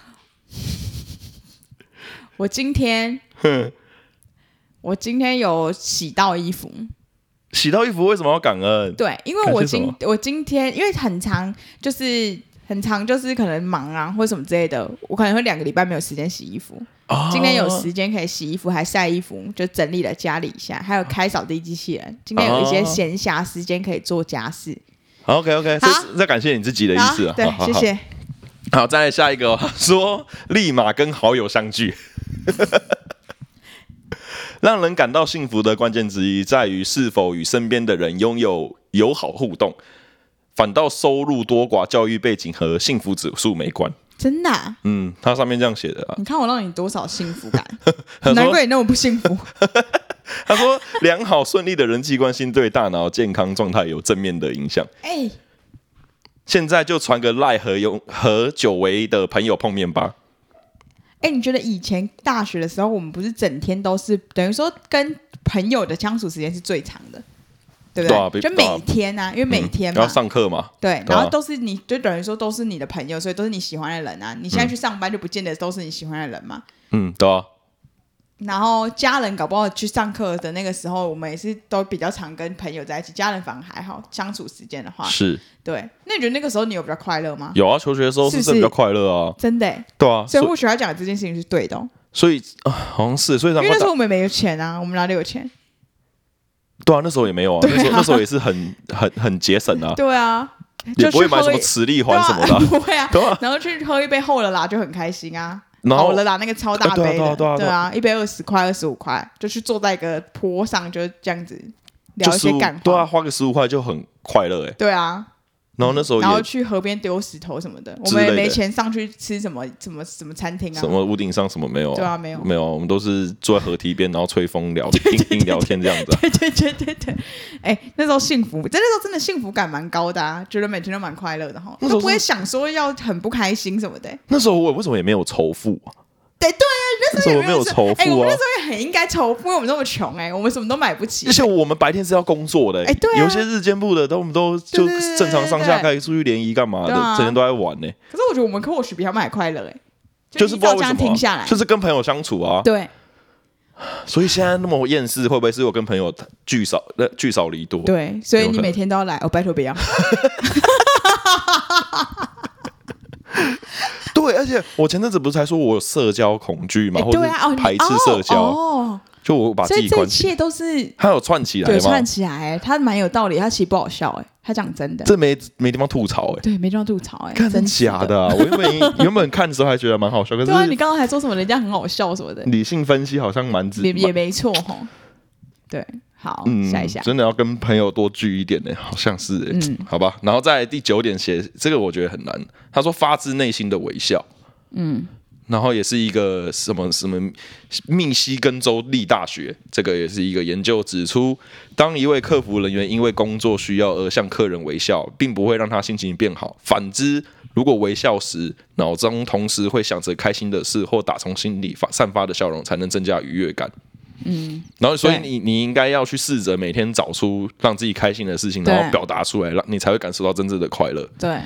Speaker 2: 我今天
Speaker 1: 哼
Speaker 2: 我今天有洗到衣服，
Speaker 1: 洗到衣服为什么要感恩？
Speaker 2: 对，因为
Speaker 1: 感谢
Speaker 2: 我
Speaker 1: 什
Speaker 2: 今
Speaker 1: 么
Speaker 2: 我今天因为很长，就是很长，就是可能忙啊或什么之类的，我可能会两个礼拜没有时间洗衣服。
Speaker 1: 哦
Speaker 2: 今天有时间可以洗衣服，还晒衣服，就整理了家里一下，还有开扫地机器人。今天有一些闲暇时间可以做家事。
Speaker 1: ，OK OK，
Speaker 2: 好
Speaker 1: 这是在感谢你自己的意思啊。
Speaker 2: 对
Speaker 1: 好，好
Speaker 2: 谢
Speaker 1: 好
Speaker 2: 谢。
Speaker 1: 好，再来下一个、哦，他 说立马跟好友相聚。 让人感到幸福的关键之一在于是否与身边的人拥有友好互动，反倒收入多寡、教育背景和幸福指数没关。
Speaker 2: 真的啊、
Speaker 1: 嗯，他上面这样写的啊。
Speaker 2: 你看我让你多少幸 福感，
Speaker 1: 他
Speaker 2: 难
Speaker 1: 说，
Speaker 2: 怪你那么不 幸福。
Speaker 1: 他说，良好顺利的人际关系对大脑健康状态有正面的影响。
Speaker 2: 哎、
Speaker 1: 现在就传个赖和有和久违的朋友碰面吧。
Speaker 2: 哎、你觉得以前大学的时候，我们不是整天都是等于说跟朋友的相处时间是最长的，对不
Speaker 1: 对啊比
Speaker 2: 就每天啊，因为每天
Speaker 1: 嗯
Speaker 2: 嘛
Speaker 1: 要，上课嘛，
Speaker 2: 对，
Speaker 1: 对啊
Speaker 2: 然后都是你就等于说都是你的朋友，所以都是你喜欢的人啊。你现在去上班就不见得都是你喜欢的人嘛。
Speaker 1: 嗯，对啊，
Speaker 2: 然后家人搞不好去上课的那个时候，我们也是都比较常跟朋友在一起，家人反而还好，相处时间的话，
Speaker 1: 是
Speaker 2: 对。那你觉得那个时候你有比较快乐吗？
Speaker 1: 有啊，求学的时候是真的比较快乐啊，
Speaker 2: 真的欸，
Speaker 1: 对啊，
Speaker 2: 所
Speaker 1: 所
Speaker 2: 以
Speaker 1: 以
Speaker 2: 或许他讲的这件事情是对的哦、
Speaker 1: 所以啊，好像是，所以难
Speaker 2: 因为
Speaker 1: 怪
Speaker 2: 那时
Speaker 1: 打
Speaker 2: 候我们没有钱啊，我们哪里有钱？
Speaker 1: 对啊，那时候也没有啊，
Speaker 2: 对啊
Speaker 1: 那时候那时候也是很很很节省啊，
Speaker 2: 对啊，
Speaker 1: 也
Speaker 2: 就
Speaker 1: 不会
Speaker 2: 去
Speaker 1: 买
Speaker 2: 喝
Speaker 1: 什么
Speaker 2: 一
Speaker 1: 磁力环什么的
Speaker 2: 对
Speaker 1: 啊
Speaker 2: 啊，不会啊。
Speaker 1: 对啊，
Speaker 2: 然后去喝一杯厚了啦，就很开心啊。
Speaker 1: 然后
Speaker 2: 好了啦，那个超大
Speaker 1: 呃对啊
Speaker 2: 杯的，
Speaker 1: 对啊对啊对啊
Speaker 2: 一杯二十块、二十五块，就去坐在一个坡上，就这样子
Speaker 1: 就
Speaker 2: 聊一
Speaker 1: 是
Speaker 2: 些干话。
Speaker 1: 对啊，花个十五块就很快乐哎，
Speaker 2: 对啊，
Speaker 1: 然后那时候
Speaker 2: 然后
Speaker 1: 也
Speaker 2: 去河边丢石头什么的，我
Speaker 1: 之类
Speaker 2: 们
Speaker 1: 的
Speaker 2: 也没钱上去吃什么什么什么餐厅啊，
Speaker 1: 什么屋顶上什么没有，
Speaker 2: 对啊没有
Speaker 1: 没有啊，我们都是坐在河堤边，然后吹风 聊硬硬聊天这样子啊，
Speaker 2: 对对对对对，哎、那时候幸福，真那时候真的幸福感蛮高的啊，觉得每天都蛮快乐的哈，
Speaker 1: 那
Speaker 2: 都
Speaker 1: 时候
Speaker 2: 不
Speaker 1: 是
Speaker 2: 会想说要很不开心什么的、
Speaker 1: 那时候我为什么也没有仇富啊？
Speaker 2: 对对啊， 那
Speaker 1: 那时
Speaker 2: 时
Speaker 1: 候
Speaker 2: 候
Speaker 1: 我没有仇
Speaker 2: 哎、
Speaker 1: 富
Speaker 2: 我们那
Speaker 1: 啊
Speaker 2: 时，候也很应该仇富，因为我们那么穷哎、我们什么都买不起
Speaker 1: 而。且我们白天是要工作的欸，
Speaker 2: 哎对啊
Speaker 1: 有些日间部的都我们都就
Speaker 2: 对对对
Speaker 1: 正常上下
Speaker 2: 对对对
Speaker 1: 可以出去联谊干嘛的
Speaker 2: 对，啊
Speaker 1: 整天都在玩呢，
Speaker 2: 可是我觉得我们或许比他们还快乐哎、
Speaker 1: 就是
Speaker 2: 依
Speaker 1: 不知道
Speaker 2: 照
Speaker 1: 为
Speaker 2: 这
Speaker 1: 什
Speaker 2: 样
Speaker 1: 么
Speaker 2: 听下
Speaker 1: 啊，
Speaker 2: 来，
Speaker 1: 就是跟朋友相处啊，
Speaker 2: 对
Speaker 1: 所以现在那么厌世，会不会是我跟朋友聚少呃聚少离多？
Speaker 2: 对，所以
Speaker 1: 有可
Speaker 2: 你
Speaker 1: 能
Speaker 2: 每天都要来，哦，拜托不要。
Speaker 1: 对，而且我前阵子不是才说我有社交恐惧嘛，
Speaker 2: 哎
Speaker 1: 或者
Speaker 2: 对啊，哦，你
Speaker 1: 排斥社交，
Speaker 2: 哦，
Speaker 1: 就我把
Speaker 2: 哦所
Speaker 1: 自
Speaker 2: 以
Speaker 1: 己
Speaker 2: 这一
Speaker 1: 关起，
Speaker 2: 切都是
Speaker 1: 他有串起来
Speaker 2: 对
Speaker 1: 吗
Speaker 2: 串？起来、欸，他蛮有道理，他其实不好笑哎、他讲真的，
Speaker 1: 这没没地方吐槽哎、
Speaker 2: 对，没地方吐槽哎、
Speaker 1: 看
Speaker 2: 真
Speaker 1: 真
Speaker 2: 是
Speaker 1: 假的啊！我原本原本看的时候还觉得蛮好笑，可
Speaker 2: 对啊，你
Speaker 1: 是嗯
Speaker 2: 刚刚还说什么人家很好笑什么的，
Speaker 1: 理性分析好像蛮值
Speaker 2: 也也
Speaker 1: 蛮
Speaker 2: 没错吼。对，好，
Speaker 1: 嗯
Speaker 2: 下一下，
Speaker 1: 真的要跟朋友多聚一点呢、好像是、欸，
Speaker 2: 嗯
Speaker 1: 好吧。然后在第九点写这个，我觉得很难。他说发自内心的微笑，嗯，然后也是一个什么什么密西根州立大学，这个也是一个研究指出，当一位客服人员因为工作需要而向客人微笑，并不会让他心情变好。反之，如果微笑时脑中同时会想着开心的事或打从心里发散发的笑容，才能增加愉悦感。然后，所以
Speaker 2: 嗯对
Speaker 1: 你你应该要去试着每天找出让自己开心的事情，
Speaker 2: 对
Speaker 1: 然后表达出来，让你才会感受到真正的快乐。
Speaker 2: 对，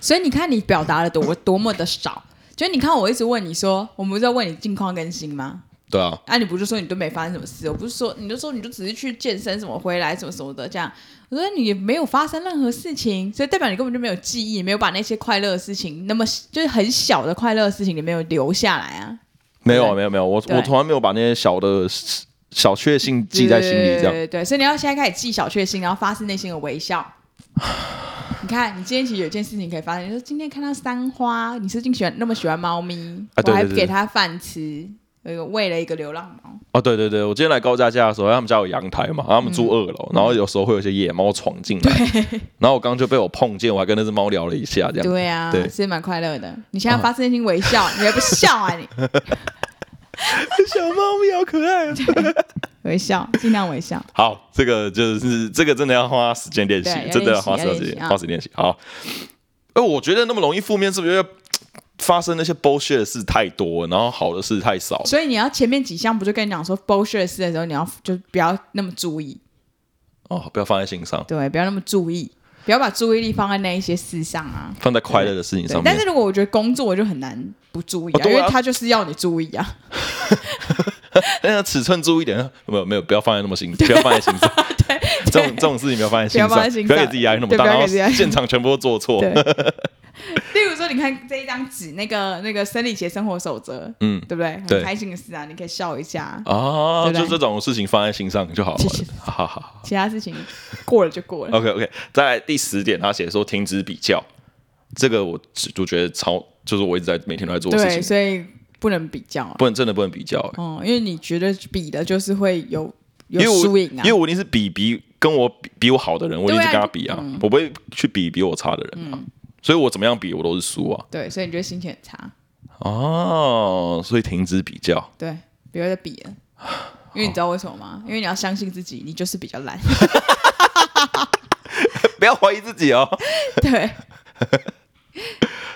Speaker 2: 所以你看你表达的多多么的少，就是你看我一直问你说，我们不是在问你近况更新吗？
Speaker 1: 对啊，
Speaker 2: 啊，你不是说你都没发生什么事？我不是说，你就说你就只是去健身什么回来什么什么的这样。我说你也没有发生任何事情，所以代表你根本就没有记忆，没有把那些快乐的事情，那么就是很小的快乐的事情，你没有留下来啊。
Speaker 1: 没有啊
Speaker 2: 对
Speaker 1: 没有没有，我
Speaker 2: 对
Speaker 1: 我从来没有把那些小的小确幸记在心里，这
Speaker 2: 对
Speaker 1: 样
Speaker 2: 对对，所以你要现在开始记小确幸，然后发自内心的微笑。你看，你今天其实有一件事情可以发生，你说今天看到三花，你最近喜欢那么喜欢猫咪，
Speaker 1: 啊对
Speaker 2: 我还
Speaker 1: 对对
Speaker 2: 给它饭吃，有一个喂了一个流浪猫。
Speaker 1: 哦，对对对，我今天来高架架的时候，他们家有阳台嘛，然后他们
Speaker 2: 嗯
Speaker 1: 住二楼，然后有时候会有一些野猫闯进来，然后我刚刚就被我碰见，我还跟那只猫聊了一下，这样。
Speaker 2: 对啊，
Speaker 1: 对哦
Speaker 2: 是蛮快乐的。你现在发自内心微笑，你还不笑 啊你？
Speaker 1: 小猫咪好可 爱、啊。
Speaker 2: 微笑，尽量微笑。
Speaker 1: 好，这个就是这个真的要花时间练习
Speaker 2: 对，要
Speaker 1: 真的要花时
Speaker 2: 练习
Speaker 1: 间
Speaker 2: 要练习啊
Speaker 1: 花时间练习。好，呃，我觉得那么容易负面，是不是因为嘖发生那些 bullshit 的事太多，然后好的事太少？
Speaker 2: 所以你要前面几项不就跟你讲说 bullshit 的事的时候，你要就不要那么注意，
Speaker 1: 哦，不要放在心上，
Speaker 2: 对，不要那么注意，不要把注意力放在那一些事上啊。
Speaker 1: 放在快乐的事情
Speaker 2: 对
Speaker 1: 上，面
Speaker 2: 但。是如果我觉得工作，我就很难不注意
Speaker 1: 哦
Speaker 2: 啊，
Speaker 1: 对
Speaker 2: 因
Speaker 1: 啊
Speaker 2: 为他就是要你注意啊。
Speaker 1: 但是哎尺寸注意一点， 没有没有，不要放在那么 心，不要放在心上。这种这种事情不要放在心上，
Speaker 2: 不要放在心上
Speaker 1: 不要给自己压力那么大，
Speaker 2: 对不
Speaker 1: 然后
Speaker 2: 要给自己压力
Speaker 1: 现场全部都做错。
Speaker 2: 对，例如说，你看这一张纸，那个那个生理学生活守则，
Speaker 1: 嗯
Speaker 2: 对不对？
Speaker 1: 对
Speaker 2: 很开心的事啊，你可以笑一下啊，
Speaker 1: 啊，
Speaker 2: 对不
Speaker 1: 就
Speaker 2: 对
Speaker 1: 这种事情放在心上就好了
Speaker 2: 谢谢。
Speaker 1: 好好好。
Speaker 2: 其他事情过了就 过了。
Speaker 1: OK OK，在第十点，他写说停止比较，这个我只我觉得超就是我一直在每天都在做的事
Speaker 2: 对，
Speaker 1: 情，
Speaker 2: 所以不能比较啊。
Speaker 1: 不能真的不能比较、欸
Speaker 2: 哦，因为你觉得比的就是会有
Speaker 1: 因
Speaker 2: 有
Speaker 1: 为我
Speaker 2: 输赢
Speaker 1: 因
Speaker 2: 啊
Speaker 1: 为。我一定是比比跟我比比我好的人，我一定
Speaker 2: 对啊嗯
Speaker 1: 是跟他比啊，我不会去比比我差的人啊，所以我怎么样比我都是输啊。
Speaker 2: 对，所以你觉得心情很差。
Speaker 1: 哦，所以停止比较，
Speaker 2: 对，不要再比了，因为你知道为什么吗？因为你要相信自己，你就是比较烂。
Speaker 1: 不要怀疑自己哦。
Speaker 2: 对，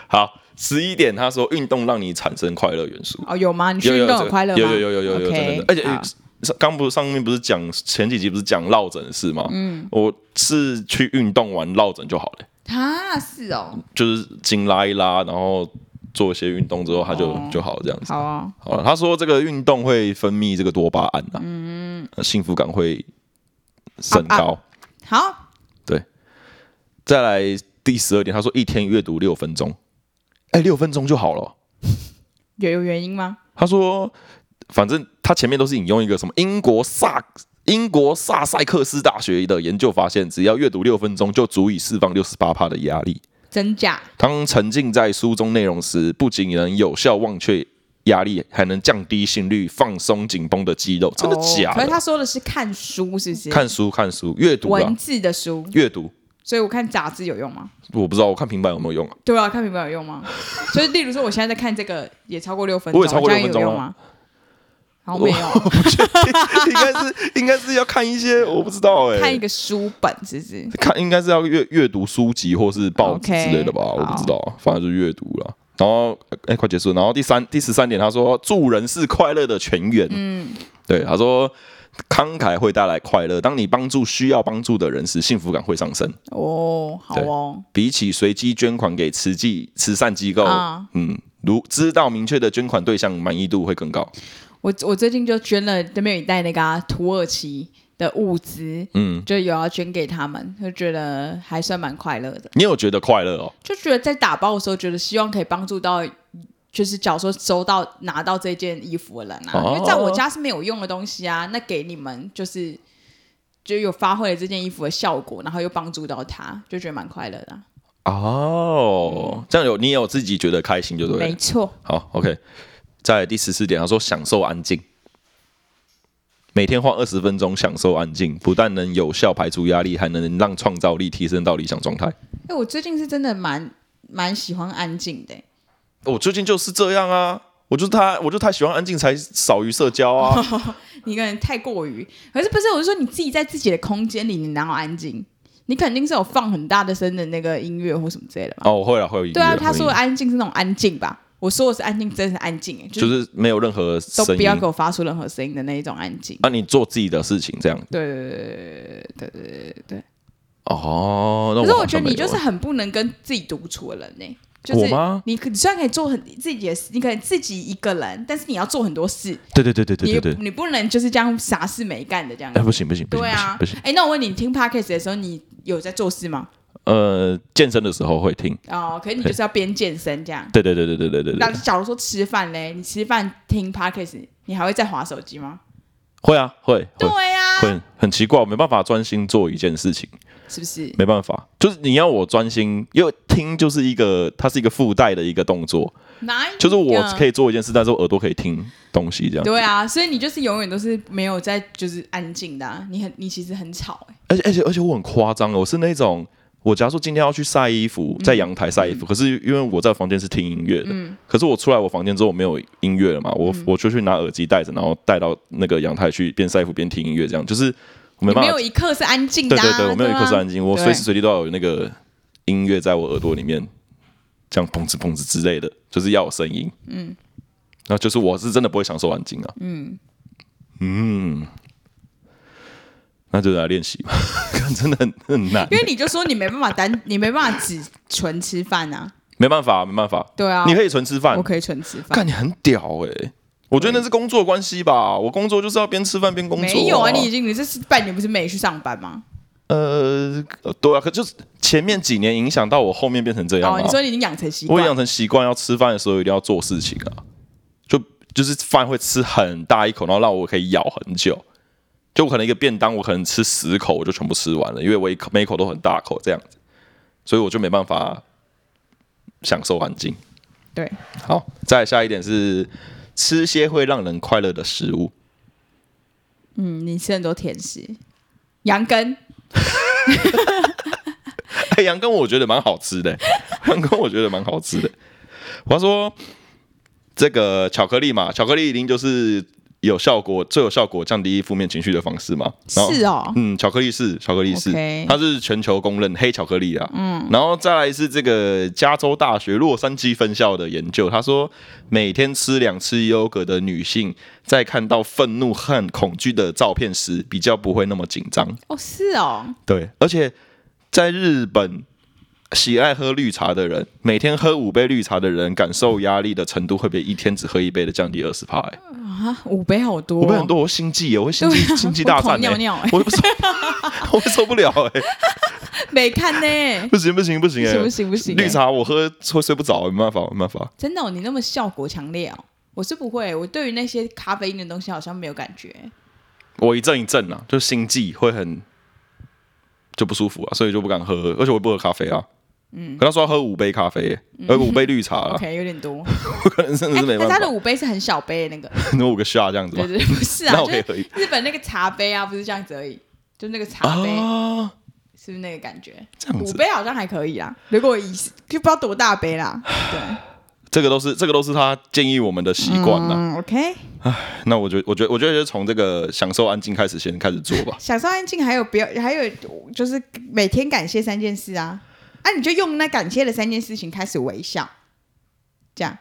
Speaker 1: 好，十一点他说运动让你产生快乐元素，
Speaker 2: 哦，有吗？你去
Speaker 1: 有有
Speaker 2: 运动
Speaker 1: 这
Speaker 2: 很
Speaker 1: 个
Speaker 2: 快乐吗？
Speaker 1: 有有有有有有，真的
Speaker 2: OK，
Speaker 1: 真的，而且
Speaker 2: 好
Speaker 1: 上刚不是上面不是讲前几集不是讲落枕的事吗？嗯，我是去运动完落枕就好了，
Speaker 2: 啊，是哦，
Speaker 1: 就是筋拉一拉，然后做一些运动之后，它就、
Speaker 2: 哦
Speaker 1: 就好了这样子。
Speaker 2: 好啊，
Speaker 1: 好了，他说这个运动会分泌这个多巴胺啊，
Speaker 2: 嗯
Speaker 1: 呃幸福感会
Speaker 2: 啊
Speaker 1: 升高。
Speaker 2: 好，
Speaker 1: 再来第十二点，他说一天阅读六分钟，哎、六分钟就好了。
Speaker 2: 有有原因吗？
Speaker 1: 他说，反正他前面都是引用一个什么英国萨英国萨塞克斯大学的研究发现，只要阅读六分钟就足以释放六十八帕的压力。
Speaker 2: 真假？
Speaker 1: 当沉浸在书中内容时，不仅能有效忘却压力，还能降低心率，放松紧绷的肌肉。真的
Speaker 2: 哦
Speaker 1: 假
Speaker 2: 可
Speaker 1: 的
Speaker 2: 是？他说的是看书，是不是？
Speaker 1: 看书看书，阅读啊
Speaker 2: 文，字的书，
Speaker 1: 阅读。
Speaker 2: 所以我看杂志有用吗？
Speaker 1: 我不知道，我看平板有没有用啊？
Speaker 2: 对啊，看平板有用吗？所以，例如说，我现在在看这个，也超过六分钟，
Speaker 1: 我也超过
Speaker 2: 这样
Speaker 1: 六分钟啊
Speaker 2: 有用吗？好，没有，
Speaker 1: 应该是应该是要看一些，我不知道哎、
Speaker 2: 看一个书本，是不是？
Speaker 1: 看应该是要阅阅读书籍或是报纸
Speaker 2: OK，
Speaker 1: 之类的吧
Speaker 2: 好
Speaker 1: 我不知道啊，反正就是阅读了。然后，哎、快结束了。然后第三第十三点，他说助人是快乐的泉源。嗯，对，他说慷慨会带来快乐。当你帮助需要帮助的人时，幸福感会上升。
Speaker 2: 哦，好哦，
Speaker 1: 比起随机捐款给慈济慈善机构，
Speaker 2: 啊
Speaker 1: 嗯，如知道明确的捐款对象，满意度会更高。
Speaker 2: 我我最近就捐了对面有一袋那个啊、土耳其的物资，
Speaker 1: 嗯，
Speaker 2: 就有要捐给他们，就觉得还算蛮快乐的。
Speaker 1: 你有觉得快乐哦？
Speaker 2: 就觉得在打包的时候，觉得希望可以帮助到，就是假如说收到拿到这件衣服的人啊，
Speaker 1: 哦
Speaker 2: 因为在我家是没有用的东西啊，那给你们就是就有发挥了这件衣服的效果，然后又帮助到他，就觉得蛮快乐的啊、
Speaker 1: 哦，这样有你也有自己觉得开心就对了。
Speaker 2: 没错，
Speaker 1: 好，OK。再来第十四点，他说享受安静，每天花二十分钟享受安静，不但能有效排除压力，还能让创造力提升到理想状态。
Speaker 2: 哎、我最近是真的蛮蛮喜欢安静的欸、
Speaker 1: 我最近就是这样啊，我就太我就太喜欢安静，才少于社交 啊。
Speaker 2: 你可能太过于，可是不是？我是说你自己在自己的空间里，你哪有安静？你肯定是有放很大的声的那个音乐或什么之类的吧？
Speaker 1: 哦，我会了，会有音乐
Speaker 2: 对啊，他
Speaker 1: 会
Speaker 2: 说
Speaker 1: 有
Speaker 2: 的
Speaker 1: 音
Speaker 2: 安静是那种安静吧？我说的是安静，真的是安静、欸，
Speaker 1: 乐就是是没有任何
Speaker 2: 都
Speaker 1: 声
Speaker 2: 不
Speaker 1: 音啊
Speaker 2: 要，给我发出任何声音的那一种安静。
Speaker 1: 那、你做自己的事情这样。
Speaker 2: 对对对对对对对对对对。
Speaker 1: 哦，那
Speaker 2: 可是
Speaker 1: 好
Speaker 2: 我觉
Speaker 1: 像
Speaker 2: 得
Speaker 1: 没
Speaker 2: 你
Speaker 1: 有
Speaker 2: 就是
Speaker 1: 欸
Speaker 2: 很不能跟自己独处的人呢、就
Speaker 1: 我
Speaker 2: 是
Speaker 1: 吗
Speaker 2: 你可你虽然可以做很自己的事，你可以自己一个人，但是你要做很多事，
Speaker 1: 对对对对对对对，
Speaker 2: 你你不能就是这样啥事没干的这样
Speaker 1: 哎、。不行不行不行
Speaker 2: 对啊
Speaker 1: 不行不行，，
Speaker 2: 哎、那我问你，你听 podcast 的时候，你有在做事吗？
Speaker 1: 呃，健身的时候会听，
Speaker 2: 哦，可是你就是要边健身这样。
Speaker 1: 对对对对对对对
Speaker 2: 那
Speaker 1: 对，
Speaker 2: 假如说吃饭嘞，你吃饭听 podcast，你还会再划手机吗？
Speaker 1: 会啊会会
Speaker 2: 对。呀、
Speaker 1: 很很奇怪，我没办法专心做一件事情，
Speaker 2: 是不是？
Speaker 1: 没办法，就是你要我专心，因为听就是一个，它是一个附带的一个动作，
Speaker 2: 哪一个
Speaker 1: 就是我可以做一件事，但是我耳朵可以听东西这样。
Speaker 2: 对啊，所以你就是永远都是没有在就是安静的、啊，你很你其实很吵哎、
Speaker 1: 而且而且而且我很夸张，哦我是那种，我假如说今天要去晒衣服，
Speaker 2: 嗯
Speaker 1: 在阳台晒衣服，可是因为我在房间是听音乐的，可是我出来我房间之后我没有音乐了嘛，我、
Speaker 2: 嗯
Speaker 1: 我就去拿耳机戴着，然后带到那个阳台去边晒衣服边听音乐，这样就是我没
Speaker 2: 你
Speaker 1: 办
Speaker 2: 没
Speaker 1: 法
Speaker 2: 有一刻是安静的、
Speaker 1: 对
Speaker 2: 啊。
Speaker 1: 对对，我没有一
Speaker 2: 吧
Speaker 1: 刻是安静，我随时
Speaker 2: 对
Speaker 1: 随地都要有那个音乐在我耳朵里面，这样砰哧砰哧之类的，就是要有声音。嗯，然后就是我是真的不会享受安静啊。嗯那就来练习吧， 看真的很很难，
Speaker 2: 啊因为你就说你没办法单，你没办法只纯吃饭啊。
Speaker 1: 没办法，没办法。
Speaker 2: 对啊，
Speaker 1: 你可以纯吃饭
Speaker 2: 我，可以纯吃饭。
Speaker 1: 看你很屌哎、我觉得那是工作关系吧，我工作就是要边吃饭边工作、
Speaker 2: 没有啊，你已经你这是半年不是没去上班吗？
Speaker 1: 呃，对啊，可就是前面几年影响到我后面变成这样、啊
Speaker 2: 哦，你说你已经养成习
Speaker 1: 我
Speaker 2: 惯
Speaker 1: 也养成习惯，要吃饭的时候一定要做事情啊，就就是饭会吃很大一口，然后让我可以咬很久。就我可能一个便当，我可能吃十口我就全部吃完了，因为我一口每一口都很大口这样子，所以我就没办法享受安静。
Speaker 2: 对，
Speaker 1: 好，再下一点是吃些会让人快乐的食物。
Speaker 2: 嗯，你吃很多甜食，羊羹，
Speaker 1: 哎，羊羹我觉得蛮好吃的，羊羹我觉得蛮好吃的。我要说这个巧克力嘛，巧克力一定就是有效果，最有效果降低负面情绪的方式嘛。然后
Speaker 2: 是哦，
Speaker 1: 嗯，巧克力是巧克力是
Speaker 2: OK
Speaker 1: 它是全球公认黑巧克力啊。嗯，然后再来是这个加州大学洛杉矶分校的研究，他说每天吃两次优格的女性，在看到愤怒和恐惧的照片时，比较不会那么紧张。
Speaker 2: 哦是哦，
Speaker 1: 对，而且在日本。喜爱喝绿茶的人，每天喝五杯绿茶的人，感受压力的程度会比一天只喝一杯的降低二十趴。欸
Speaker 2: 啊五杯好多、哦，
Speaker 1: 我会很多，我会心悸耶，我会心悸，
Speaker 2: 对啊
Speaker 1: 心悸大
Speaker 2: 我
Speaker 1: 战、
Speaker 2: 狂
Speaker 1: 欸，
Speaker 2: 尿尿欸
Speaker 1: 我会受， 我会受不了哎、
Speaker 2: 没看呢，
Speaker 1: 不行不行不行、欸，
Speaker 2: 不行不行不行欸
Speaker 1: 绿茶我喝会睡不着，没办法没办法。
Speaker 2: 真的、哦，你那么效果强烈哦。我是不会，我对于那些咖啡因的东西好像没有感觉。
Speaker 1: 我一阵一阵啊，就心悸会很就不舒服啊，所以就不敢喝，而且我也不喝咖啡啊。嗯，可他说要喝五杯咖啡、欸，呃、五杯绿茶啦，
Speaker 2: 嗯 OK，有点多。
Speaker 1: 我 可能真的是没办
Speaker 2: 但它的
Speaker 1: 法，
Speaker 2: 五杯是很小杯的那个，
Speaker 1: 那五个下这样子
Speaker 2: 对
Speaker 1: 吧。
Speaker 2: 对，对不 是啊，
Speaker 1: 那
Speaker 2: 就
Speaker 1: 我可以
Speaker 2: 是
Speaker 1: 喝一
Speaker 2: 日本那个茶杯啊，不是这样子而已，就那个茶杯，
Speaker 1: 啊，
Speaker 2: 是不是那个感觉？
Speaker 1: 这样
Speaker 2: 五
Speaker 1: 子，
Speaker 2: 杯好像还可以啦，如果以就不知道多大杯啦。对，
Speaker 1: 这个都是这个都是他建议我们的习惯啦。
Speaker 2: 嗯，OK，
Speaker 1: 那我觉得我觉得我觉得就从这个享受安静开始先开始做吧。
Speaker 2: 享受安静，还有不要，还有就是每天感谢三件事啊，啊，你就用那感谢的三件事情开始微笑，这样，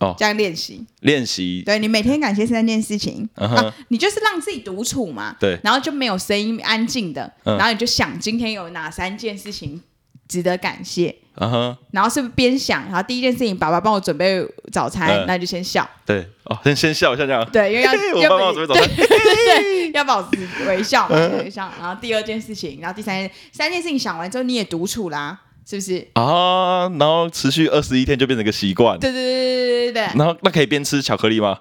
Speaker 1: 哦
Speaker 2: 这样练习。
Speaker 1: 练习，
Speaker 2: 对你每天感谢三件事情、
Speaker 1: 嗯哼
Speaker 2: 啊，你就是让自己独处嘛，
Speaker 1: 对
Speaker 2: 然后就没有声音，安静的，
Speaker 1: 嗯
Speaker 2: 然后你就想今天有哪三件事情值得感谢，
Speaker 1: 嗯哼，
Speaker 2: 然后是不是边想，然后第一件事情，爸爸帮我准备早餐，
Speaker 1: 嗯
Speaker 2: 那、就先笑，
Speaker 1: 对，哦，先先笑一下这样。
Speaker 2: 对，因为要
Speaker 1: 嘿我
Speaker 2: 要
Speaker 1: 爸
Speaker 2: 不
Speaker 1: 妈准备早餐。 嗯
Speaker 2: 对，要保持微笑嘛，微笑。然后第二件事情，然后第三件，三件事情想完之后你也独处啦，是不是？
Speaker 1: 啊，然后持续二十一天就变成一个习惯。
Speaker 2: 对对对对对对对，
Speaker 1: 然后那可以边吃巧克力吗？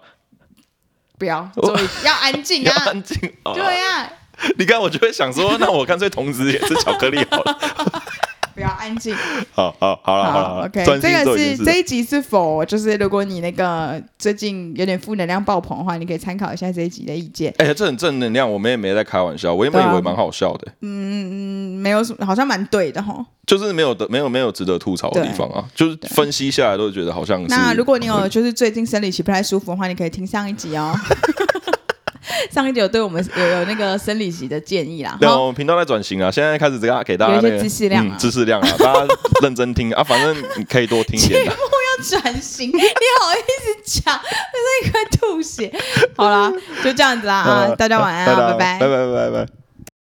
Speaker 2: 不要，所以要安 静
Speaker 1: 要
Speaker 2: 啊，
Speaker 1: 安静啊！
Speaker 2: 对啊，
Speaker 1: 你看我就会想说，那我干脆同时也吃巧克力好 了。
Speaker 2: 不要安静。
Speaker 1: 好好好了好了
Speaker 2: 好
Speaker 1: 好了，
Speaker 2: ，OK，
Speaker 1: 专心
Speaker 2: 这
Speaker 1: 做
Speaker 2: 个
Speaker 1: 一件
Speaker 2: 是
Speaker 1: 事
Speaker 2: 这一集是否就是如果你那个最近有点负能量爆棚的话，你可以参考一下这一集的意见。
Speaker 1: 哎、这很正能量，我们也没在开玩笑，我原本
Speaker 2: 对啊
Speaker 1: 以为蛮好笑的，
Speaker 2: 嗯，没有什么，好像蛮对的哈。
Speaker 1: 就是没有的，没有没有值得吐槽的地
Speaker 2: 对
Speaker 1: 方啊，就是分析下来都觉得好嗯像是。
Speaker 2: 那如果你有就是最近生理期不太舒服的话，你可以听上一集哦。 上一集有对我们有有那个生理期的建议啦。
Speaker 1: 那
Speaker 2: 好
Speaker 1: 我们频道在转型啊，现在开始给大家给大家
Speaker 2: 有一些
Speaker 1: 那个
Speaker 2: 知识量啊
Speaker 1: 嗯知识量啊，大家认真听啊，反正你可以多听一
Speaker 2: 节
Speaker 1: 点啊
Speaker 2: 目
Speaker 1: 的。
Speaker 2: 要转型，你好意思讲？ 真是一块吐血。好啦，就这样子啦啊！大家晚安
Speaker 1: 呃大
Speaker 2: 啊，
Speaker 1: 家
Speaker 2: 拜拜
Speaker 1: 拜。拜拜拜。